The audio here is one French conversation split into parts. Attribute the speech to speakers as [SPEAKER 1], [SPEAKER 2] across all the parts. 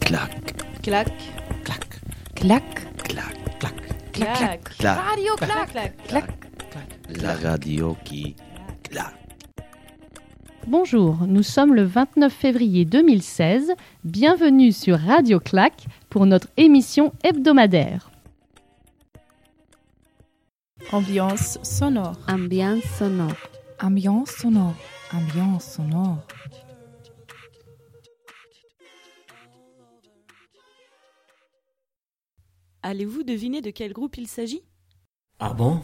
[SPEAKER 1] Clac,
[SPEAKER 2] Clac,
[SPEAKER 1] clac,
[SPEAKER 3] Clac,
[SPEAKER 1] clac,
[SPEAKER 3] clac,
[SPEAKER 1] clac,
[SPEAKER 3] clac,
[SPEAKER 1] Clac.
[SPEAKER 2] Radio clac, clac.
[SPEAKER 3] clac.
[SPEAKER 1] La radio qui clac.
[SPEAKER 4] Bonjour, nous sommes le 29 février 2016. Bienvenue sur Radio Clac pour notre émission hebdomadaire.
[SPEAKER 5] Ambiance sonore.
[SPEAKER 3] Ambiance sonore.
[SPEAKER 5] Ambiance sonore. Ambiance sonore.
[SPEAKER 2] Allez-vous deviner de quel groupe il s'agit
[SPEAKER 6] Ah bon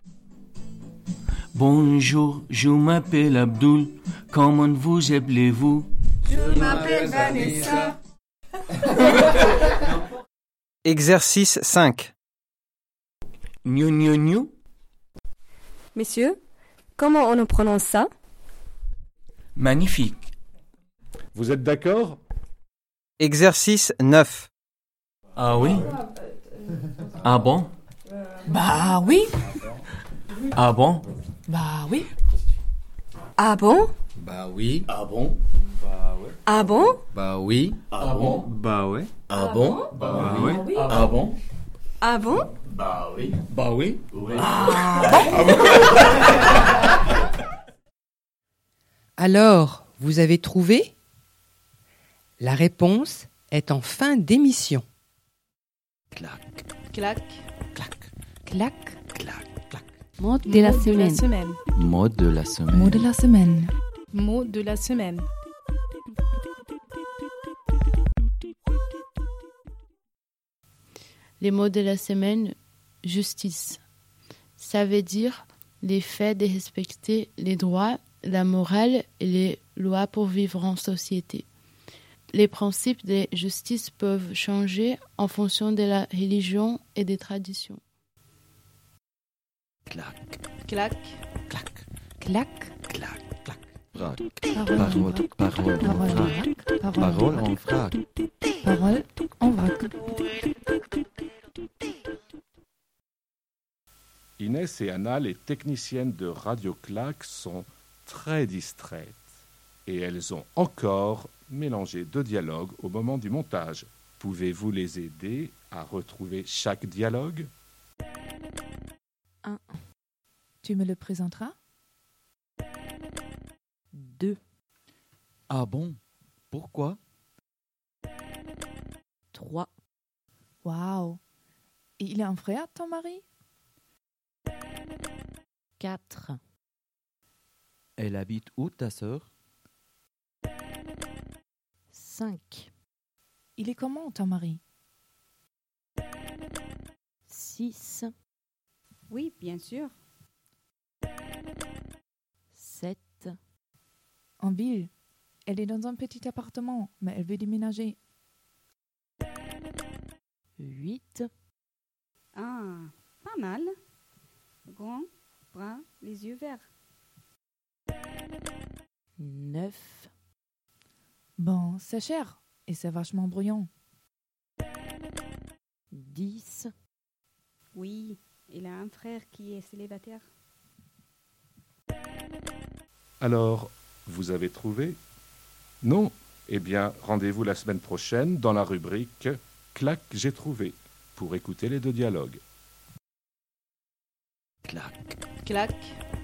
[SPEAKER 6] Bah oui. Bonjour, je m'appelle Abdul. Comment vous appelez-vous
[SPEAKER 7] Exercice 5.
[SPEAKER 6] New New New
[SPEAKER 8] Messieurs, comment on prononce ça
[SPEAKER 6] Magnifique.
[SPEAKER 9] Vous êtes d'accord
[SPEAKER 7] Exercice 9.
[SPEAKER 6] Ah oui Ah bon
[SPEAKER 5] Bah oui.
[SPEAKER 6] Ah bon
[SPEAKER 5] Bah oui.
[SPEAKER 8] Ah bon
[SPEAKER 7] Bah oui.
[SPEAKER 6] Ah bon
[SPEAKER 8] Ah bon
[SPEAKER 7] Bah oui.
[SPEAKER 6] Ah bon
[SPEAKER 7] Bah ouais.
[SPEAKER 6] Ah bon Bah oui. Ah bon
[SPEAKER 8] Ah bon
[SPEAKER 6] Bah oui. Bah oui.
[SPEAKER 10] Alors, vous avez trouvé La réponse est en fin d'émission.
[SPEAKER 1] Clac,
[SPEAKER 2] Clac.
[SPEAKER 1] clac,
[SPEAKER 3] Clac.
[SPEAKER 1] clac, clac.
[SPEAKER 3] Mot de la semaine.
[SPEAKER 1] Mot de la semaine.
[SPEAKER 5] Mot de la semaine.
[SPEAKER 2] Mot de la semaine.
[SPEAKER 11] Les mots de la semaine, justice. Ça veut dire les faits de respecter les droits, la morale et les lois pour vivre en société. Les principes de justice peuvent changer en fonction de la religion et des traditions.
[SPEAKER 1] Clac,
[SPEAKER 2] Clac.
[SPEAKER 1] clac,
[SPEAKER 3] Clac.
[SPEAKER 1] clac, clac. Frac. Parole, parole, en frac.
[SPEAKER 5] Parole.
[SPEAKER 1] Parole en frac.
[SPEAKER 5] Parole en vrac.
[SPEAKER 9] Inès et Anna, les techniciennes de Radio Clac, sont très distraites. Et elles ont encore mélangé deux dialogues au moment du montage. Pouvez-vous les aider à retrouver chaque dialogue
[SPEAKER 5] Tu me le présenteras
[SPEAKER 2] Deux.
[SPEAKER 1] Ah bon Pourquoi
[SPEAKER 2] Trois.
[SPEAKER 5] Waouh. Et Il est un frère, ton mari
[SPEAKER 2] Quatre.
[SPEAKER 1] Elle habite où ta sœur
[SPEAKER 2] Cinq.
[SPEAKER 5] Il est comment, ton mari
[SPEAKER 2] Six.
[SPEAKER 3] Oui, bien sûr.
[SPEAKER 2] Sept.
[SPEAKER 5] En ville. Elle est dans un petit appartement, mais elle veut déménager.
[SPEAKER 2] Huit.
[SPEAKER 8] Ah, pas mal. Grand, bras, les yeux verts.
[SPEAKER 2] Neuf.
[SPEAKER 5] Bon, c'est cher. Et c'est vachement bruyant.
[SPEAKER 2] Dix.
[SPEAKER 8] Oui, il a un frère qui est célibataire.
[SPEAKER 9] Alors, vous avez trouvé Non Eh bien, rendez-vous la semaine prochaine dans la rubrique Clac, j'ai trouvé pour écouter les deux dialogues.
[SPEAKER 1] Clac,
[SPEAKER 2] Clac.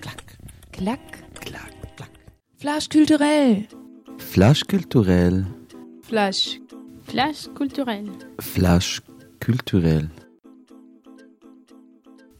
[SPEAKER 1] clac,
[SPEAKER 3] Clac.
[SPEAKER 1] clac, clac.
[SPEAKER 5] Flash culturel.
[SPEAKER 1] Flash culturel.
[SPEAKER 5] Flash.
[SPEAKER 11] Flash culturel.
[SPEAKER 1] Flash culturel.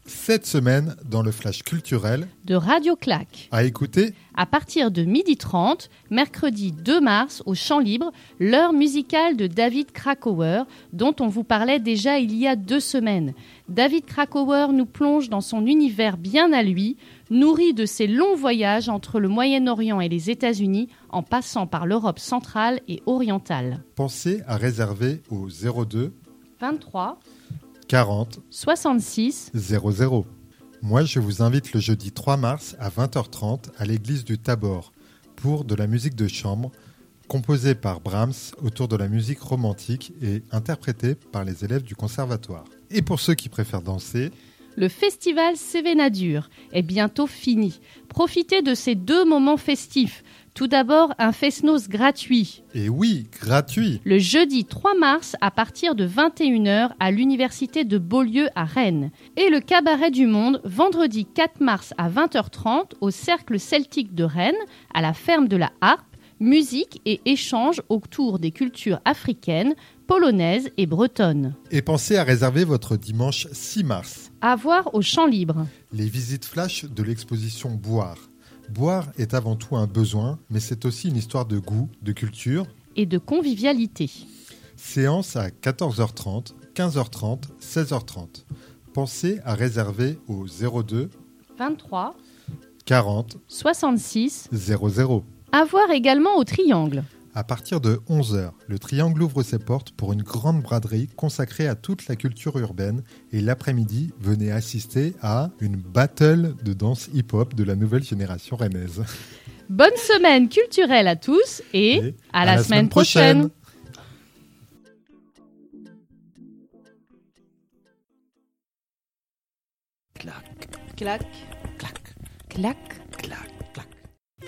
[SPEAKER 12] Cette semaine, dans le flash culturel,
[SPEAKER 4] De Radio Clac.
[SPEAKER 12] à écouter,
[SPEAKER 4] À partir de 12h30, mercredi 2 mars, au Champ Libre, l'heure musicale de David Krakauer, dont on vous parlait déjà il y a deux semaines. David Krakauer nous plonge dans son univers bien à lui, nourri de ses longs voyages entre le Moyen-Orient et les États-Unis, en passant par l'Europe centrale et orientale.
[SPEAKER 12] pensez à réserver au 02
[SPEAKER 4] 23
[SPEAKER 12] 40
[SPEAKER 4] 66
[SPEAKER 12] 00. Moi, je vous invite le jeudi 3 mars à 20h30 à l'église du Tabor pour de la musique de chambre composée par Brahms autour de la musique romantique et interprétée par les élèves du conservatoire. Et pour ceux qui préfèrent danser,
[SPEAKER 4] Le festival Cévenadur est bientôt fini. Profitez de ces deux moments festifs. Tout d'abord, un Fesnos gratuit.
[SPEAKER 12] Et oui, gratuit.
[SPEAKER 4] Le jeudi 3 mars à partir de 21h à l'université de Beaulieu à Rennes. Et le Cabaret du Monde, vendredi 4 mars à 20h30 au Cercle Celtique de Rennes, à la ferme de la Harpe, musique et échange autour des cultures africaines, polonaises et bretonnes.
[SPEAKER 12] Et pensez à réserver votre dimanche 6 mars.
[SPEAKER 4] À voir au champ libre.
[SPEAKER 12] Les visites flash de l'exposition Boire. Boire est avant tout un besoin, mais c'est aussi une histoire de goût, de culture.
[SPEAKER 4] Et de convivialité.
[SPEAKER 12] Séance à 14h30, 15h30, 16h30. Pensez à réserver au 02
[SPEAKER 4] 23
[SPEAKER 12] 40
[SPEAKER 4] 66
[SPEAKER 12] 00.
[SPEAKER 4] À voir également au Triangle.
[SPEAKER 12] À partir de 11h, le Triangle ouvre ses portes pour une grande braderie consacrée à toute la culture urbaine et l'après-midi, venez assister à une battle de danse hip-hop de la nouvelle génération rennaise.
[SPEAKER 4] Bonne semaine culturelle à tous et, à, la, semaine, prochaine.
[SPEAKER 11] Clac.
[SPEAKER 3] Clac.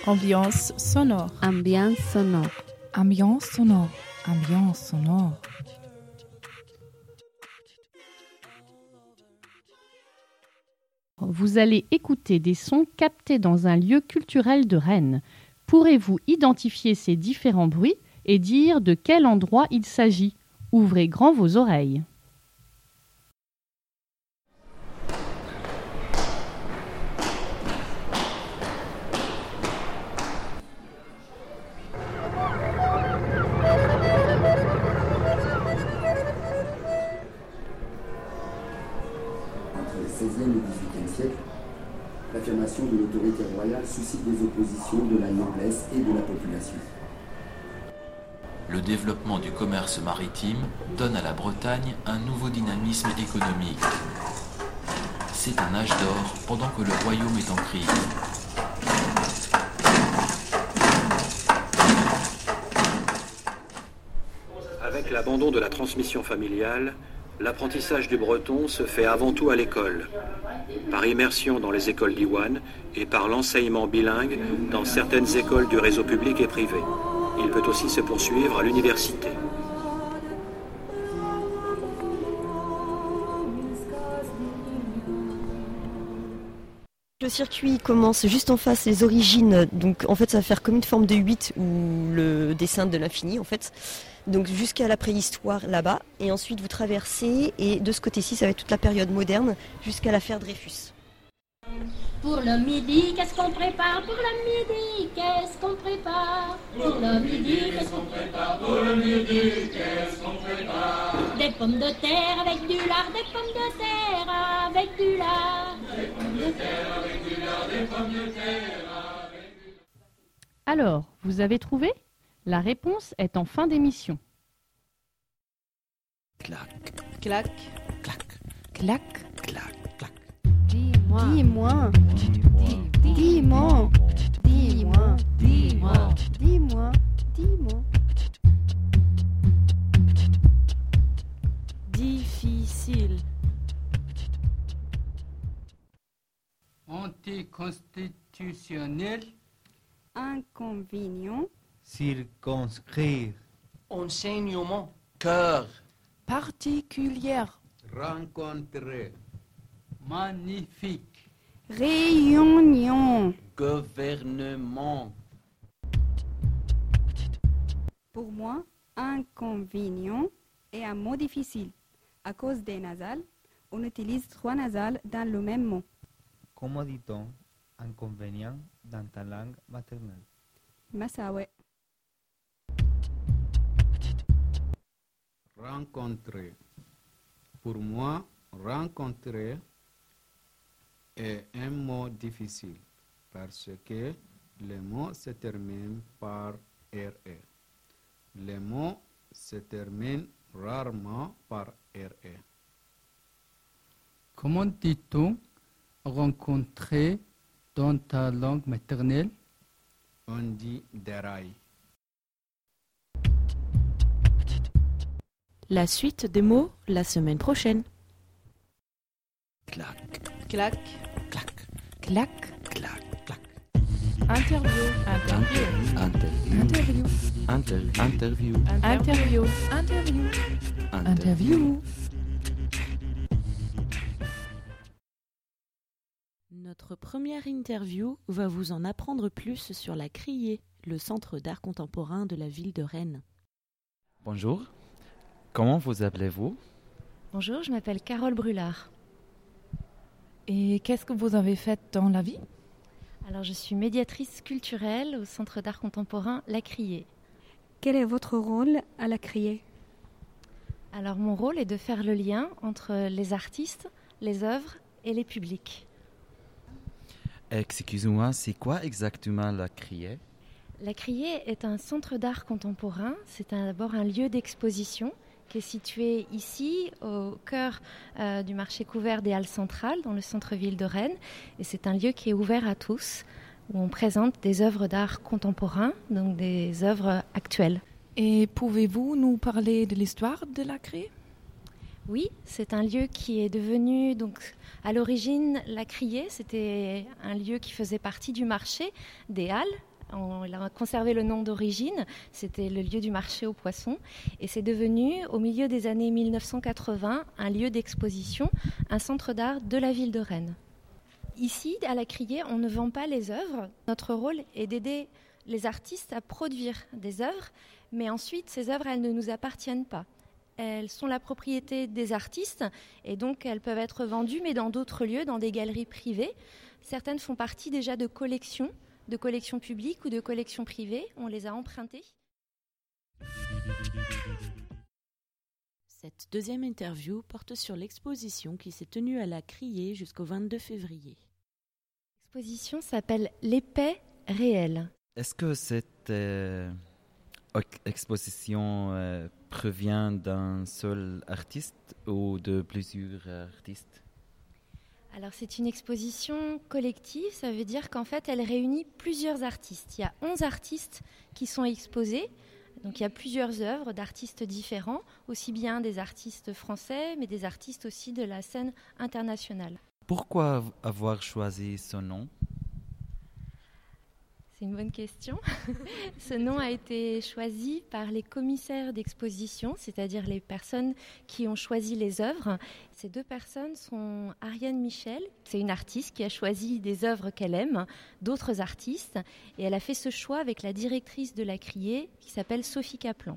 [SPEAKER 5] Ambiance sonore.
[SPEAKER 3] Ambiance sonore.
[SPEAKER 5] Ambiance sonore. Ambiance sonore.
[SPEAKER 4] Vous allez écouter des sons captés dans un lieu culturel de Rennes. Pourrez-vous identifier ces différents bruits et dire de quel endroit il s'agit Ouvrez grand vos oreilles.
[SPEAKER 13] Entre le 16e et le 18e siècle, l'affirmation de l'autorité royale suscite des oppositions de la noblesse et de la population.
[SPEAKER 14] Le développement du commerce maritime donne à la Bretagne un nouveau dynamisme économique. C'est un âge d'or pendant que le royaume est en crise.
[SPEAKER 15] Avec l'abandon de la transmission familiale, l'apprentissage du breton se fait avant tout à l'école, par immersion dans les écoles d'Iwan et par l'enseignement bilingue dans certaines écoles du réseau public et privé. Il peut aussi se poursuivre à l'université.
[SPEAKER 16] Le circuit commence juste en face les origines, donc en fait ça va faire comme une forme de 8 ou le dessin de l'infini en fait. Donc jusqu'à la préhistoire là-bas, et ensuite vous traversez, et de ce côté-ci ça va être toute la période moderne jusqu'à l'affaire Dreyfus.
[SPEAKER 17] Pour le midi, qu'est-ce qu'on prépare Pour le midi, qu'est-ce qu'on prépare Pour le midi, qu'est-ce qu'on prépare Pour le midi, qu'est-ce qu'on prépare Des pommes de terre avec du lard, des pommes de terre avec du lard. Des pommes de terre avec du lard, des pommes de terre.
[SPEAKER 4] Alors, vous avez trouvé La réponse est en fin d'émission.
[SPEAKER 11] Clac.
[SPEAKER 3] Clac. Clac. Dis-moi. Dis-moi. Dis-moi. Dis-moi. Dis-moi. Dis-moi. Dis-moi.
[SPEAKER 11] Difficile.
[SPEAKER 8] Anticonstitutionnel. Inconvénient.
[SPEAKER 6] Circonscrire.
[SPEAKER 8] Enseignement.
[SPEAKER 6] Cœur.
[SPEAKER 5] Particulière.
[SPEAKER 6] Rencontrer. Magnifique.
[SPEAKER 8] Réunion.
[SPEAKER 6] Gouvernement.
[SPEAKER 8] Pour moi, inconvénient est un mot difficile. À cause des nasales, on utilise trois nasales dans le même mot.
[SPEAKER 6] Comment dit-on inconvénient dans ta langue maternelle
[SPEAKER 8] Masawe.
[SPEAKER 6] Rencontrer. Pour moi, rencontrer est un mot difficile parce que le mot se termine par RE. Les mots se terminent rarement par E. RE.
[SPEAKER 18] Comment dit-on rencontrer dans ta langue maternelle
[SPEAKER 6] On dit déraille.
[SPEAKER 11] La suite des mots la semaine prochaine.
[SPEAKER 5] Clac. Clac. Clac. Interview.
[SPEAKER 19] Interview.
[SPEAKER 5] Interview.
[SPEAKER 19] Inter- interview.
[SPEAKER 5] Interview. Interview. Interview.
[SPEAKER 11] Notre première interview va vous en apprendre plus sur la Criée, le centre d'art contemporain de la ville de Rennes.
[SPEAKER 1] Bonjour. Comment vous appelez-vous
[SPEAKER 10] Bonjour, je m'appelle Carole Brulard.
[SPEAKER 5] Et qu'est-ce que vous avez fait dans la vie
[SPEAKER 10] Alors, je suis médiatrice culturelle au Centre d'art contemporain La Criée.
[SPEAKER 8] Quel est votre rôle à la criée
[SPEAKER 10] Alors, mon rôle est de faire le lien entre les artistes, les œuvres et les publics.
[SPEAKER 1] Excusez-moi, c'est quoi exactement la criée
[SPEAKER 10] La Criée est un centre d'art contemporain. C'est un- d'abord un lieu d'exposition qui est situé ici, au cœur euh, du marché couvert des Halles Centrales, dans le centre-ville de Rennes. Et c'est un lieu qui est ouvert à tous, où on présente des œuvres d'art contemporain, donc des œuvres actuelles.
[SPEAKER 5] Et pouvez-vous nous parler de l'histoire de la créée
[SPEAKER 10] Oui, c'est un lieu qui est devenu donc à l'origine la Criée, c'était un lieu qui faisait partie du marché des Halles. On il a conservé le nom d'origine, c'était le lieu du marché aux poissons, et c'est devenu, au milieu des années 1980, un lieu d'exposition, un centre d'art de la ville de Rennes. Ici, à la Criée, on ne vend pas les œuvres. Notre rôle est d'aider les artistes à produire des œuvres, mais ensuite, ces œuvres, elles ne nous appartiennent pas. Elles sont la propriété des artistes et donc elles peuvent être vendues, mais dans d'autres lieux, dans des galeries privées. Certaines font partie déjà de collections, de collections publiques ou de collections privées. On les a empruntées.
[SPEAKER 11] Cette deuxième interview porte sur l'exposition qui s'est tenue à la Criée jusqu'au 22 février.
[SPEAKER 10] L'exposition s'appelle L'épée réelle.
[SPEAKER 1] Est-ce que cette euh, oc- exposition euh, provient d'un seul artiste ou de plusieurs artistes
[SPEAKER 10] Alors c'est une exposition collective, ça veut dire qu'en fait elle réunit plusieurs artistes. Il y a 11 artistes qui sont exposés, donc il y a plusieurs œuvres d'artistes différents, aussi bien des artistes français, mais des artistes aussi de la scène internationale.
[SPEAKER 1] Pourquoi av- avoir choisi ce nom
[SPEAKER 10] C'est une bonne question. Ce nom a été choisi par les commissaires d'exposition, c'est-à-dire les personnes qui ont choisi les œuvres. Ces deux personnes sont Ariane Michel, c'est une artiste qui a choisi des œuvres qu'elle aime, d'autres artistes, et elle a fait ce choix avec la directrice de la Criée qui s'appelle Sophie Kaplan.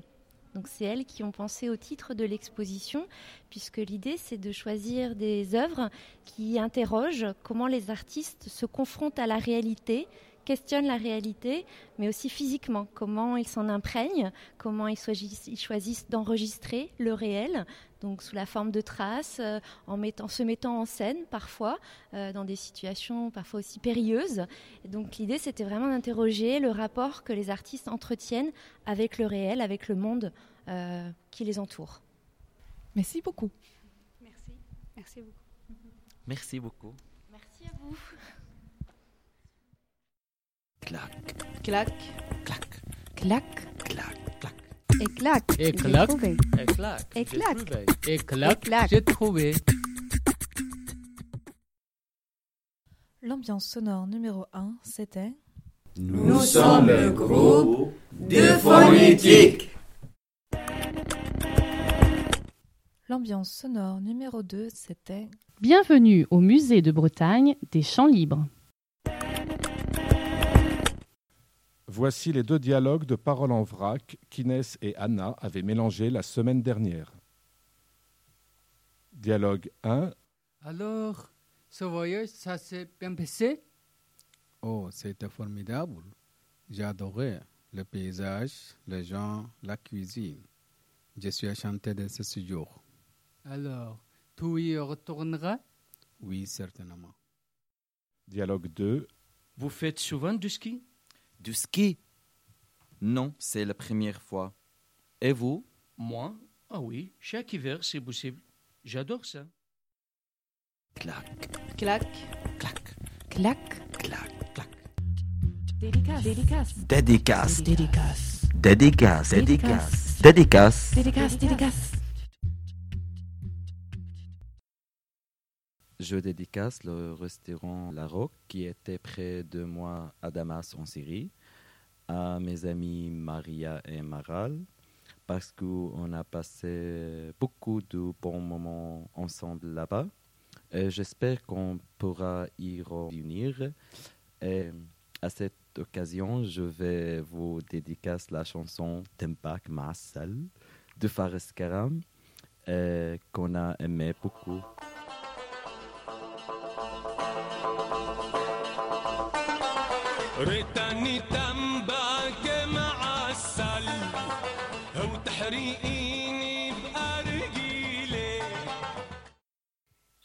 [SPEAKER 10] Donc c'est elles qui ont pensé au titre de l'exposition, puisque l'idée c'est de choisir des œuvres qui interrogent comment les artistes se confrontent à la réalité, questionnent la réalité, mais aussi physiquement, comment ils s'en imprègnent, comment ils choisissent, ils choisissent d'enregistrer le réel, donc sous la forme de traces, euh, en, mettant- se mettant en scène parfois, euh, dans des situations parfois aussi périlleuses. Et donc l'idée c'était vraiment d'interroger le rapport que les artistes entretiennent avec le réel, avec le monde euh, qui les entoure.
[SPEAKER 5] Merci beaucoup.
[SPEAKER 8] Merci. Merci beaucoup.
[SPEAKER 1] Merci beaucoup.
[SPEAKER 10] Merci à vous.
[SPEAKER 19] Clac.
[SPEAKER 11] Clac.
[SPEAKER 5] Clac.
[SPEAKER 19] Clac.
[SPEAKER 3] Et clac.
[SPEAKER 18] Et clac. Et clac.
[SPEAKER 3] Et clac.
[SPEAKER 18] Et clac. J'ai trouvé.
[SPEAKER 5] L'ambiance sonore numéro 1, c'était.
[SPEAKER 19] Nous sommes le groupe
[SPEAKER 5] de
[SPEAKER 19] des
[SPEAKER 5] phonétiques.
[SPEAKER 19] phonétiques.
[SPEAKER 5] L'ambiance sonore numéro 2, c'était.
[SPEAKER 4] Bienvenue au musée de Bretagne des Champs Libres.
[SPEAKER 9] Voici les deux dialogues de Parole en vrac qu'Inès et Anna avaient mélangés la semaine dernière. Dialogue 1.
[SPEAKER 18] Alors, ce voyage, ça s'est bien passé
[SPEAKER 20] Oh, c'était formidable. J'adorais le paysage, les gens, la cuisine. Je suis enchanté de ce séjour.
[SPEAKER 18] Alors, tu y retourneras
[SPEAKER 20] Oui, certainement.
[SPEAKER 9] Dialogue 2.
[SPEAKER 1] Vous faites souvent du ski Du ski Non, c'est la première fois. Et vous
[SPEAKER 21] Moi Ah oui, chaque hiver, c'est possible. J'adore ça.
[SPEAKER 19] Clac.
[SPEAKER 11] Clac.
[SPEAKER 5] Clac. Dédicace. Dédicace.
[SPEAKER 19] Dédicace.
[SPEAKER 5] Dédicace.
[SPEAKER 19] Dédicace. Dédicace. Dédicace.
[SPEAKER 5] Dédicace. Dédicace.
[SPEAKER 1] Je dédicace le restaurant La Roque qui était près de moi à Damas en Syrie à mes amis Maria et Maral parce qu'on a passé beaucoup de bons moments ensemble là-bas. Et J'espère qu'on pourra y réunir. Et à cette occasion, je vais vous dédicacer la chanson Tempak Masal de Fares Karam euh, qu'on a aimé beaucoup.
[SPEAKER 22] ريتني تنباك مع السل هو تحريقيني بأرجيلي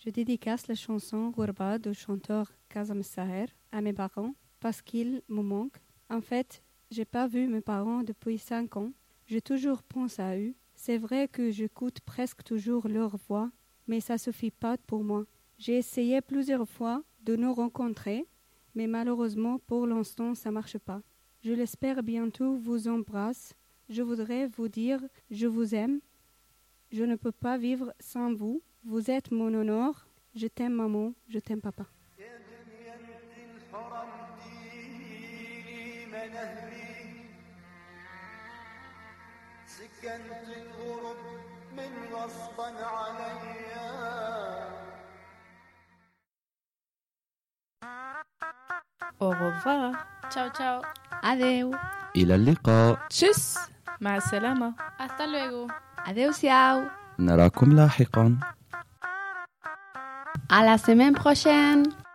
[SPEAKER 8] Je dédicace la chanson Gourba du chanteur Kazam Saher à mes parents parce qu'ils me manquent. En fait, j'ai pas vu mes parents depuis cinq ans. J'ai toujours pensé à eux. C'est vrai que j'écoute presque toujours leur voix, mais ça suffit pas pour moi. J'ai essayé plusieurs fois de nous rencontrer, mais malheureusement pour l'instant ça marche pas. Je l'espère bientôt vous embrasse. Je voudrais vous dire je vous aime. Je ne peux pas vivre sans vous. Vous êtes mon honneur. Je t'aime maman, je t'aime papa.
[SPEAKER 22] من أهلي سكنت الغرب من غصبا عليا
[SPEAKER 7] Au revoir.
[SPEAKER 23] Ciao, ciao.
[SPEAKER 7] Adeu.
[SPEAKER 1] إلى اللقاء
[SPEAKER 7] Tschüss. مع السلامة.
[SPEAKER 23] Hasta luego.
[SPEAKER 7] Adios, ciao.
[SPEAKER 1] نراكم لاحقاً
[SPEAKER 7] À la semaine prochaine.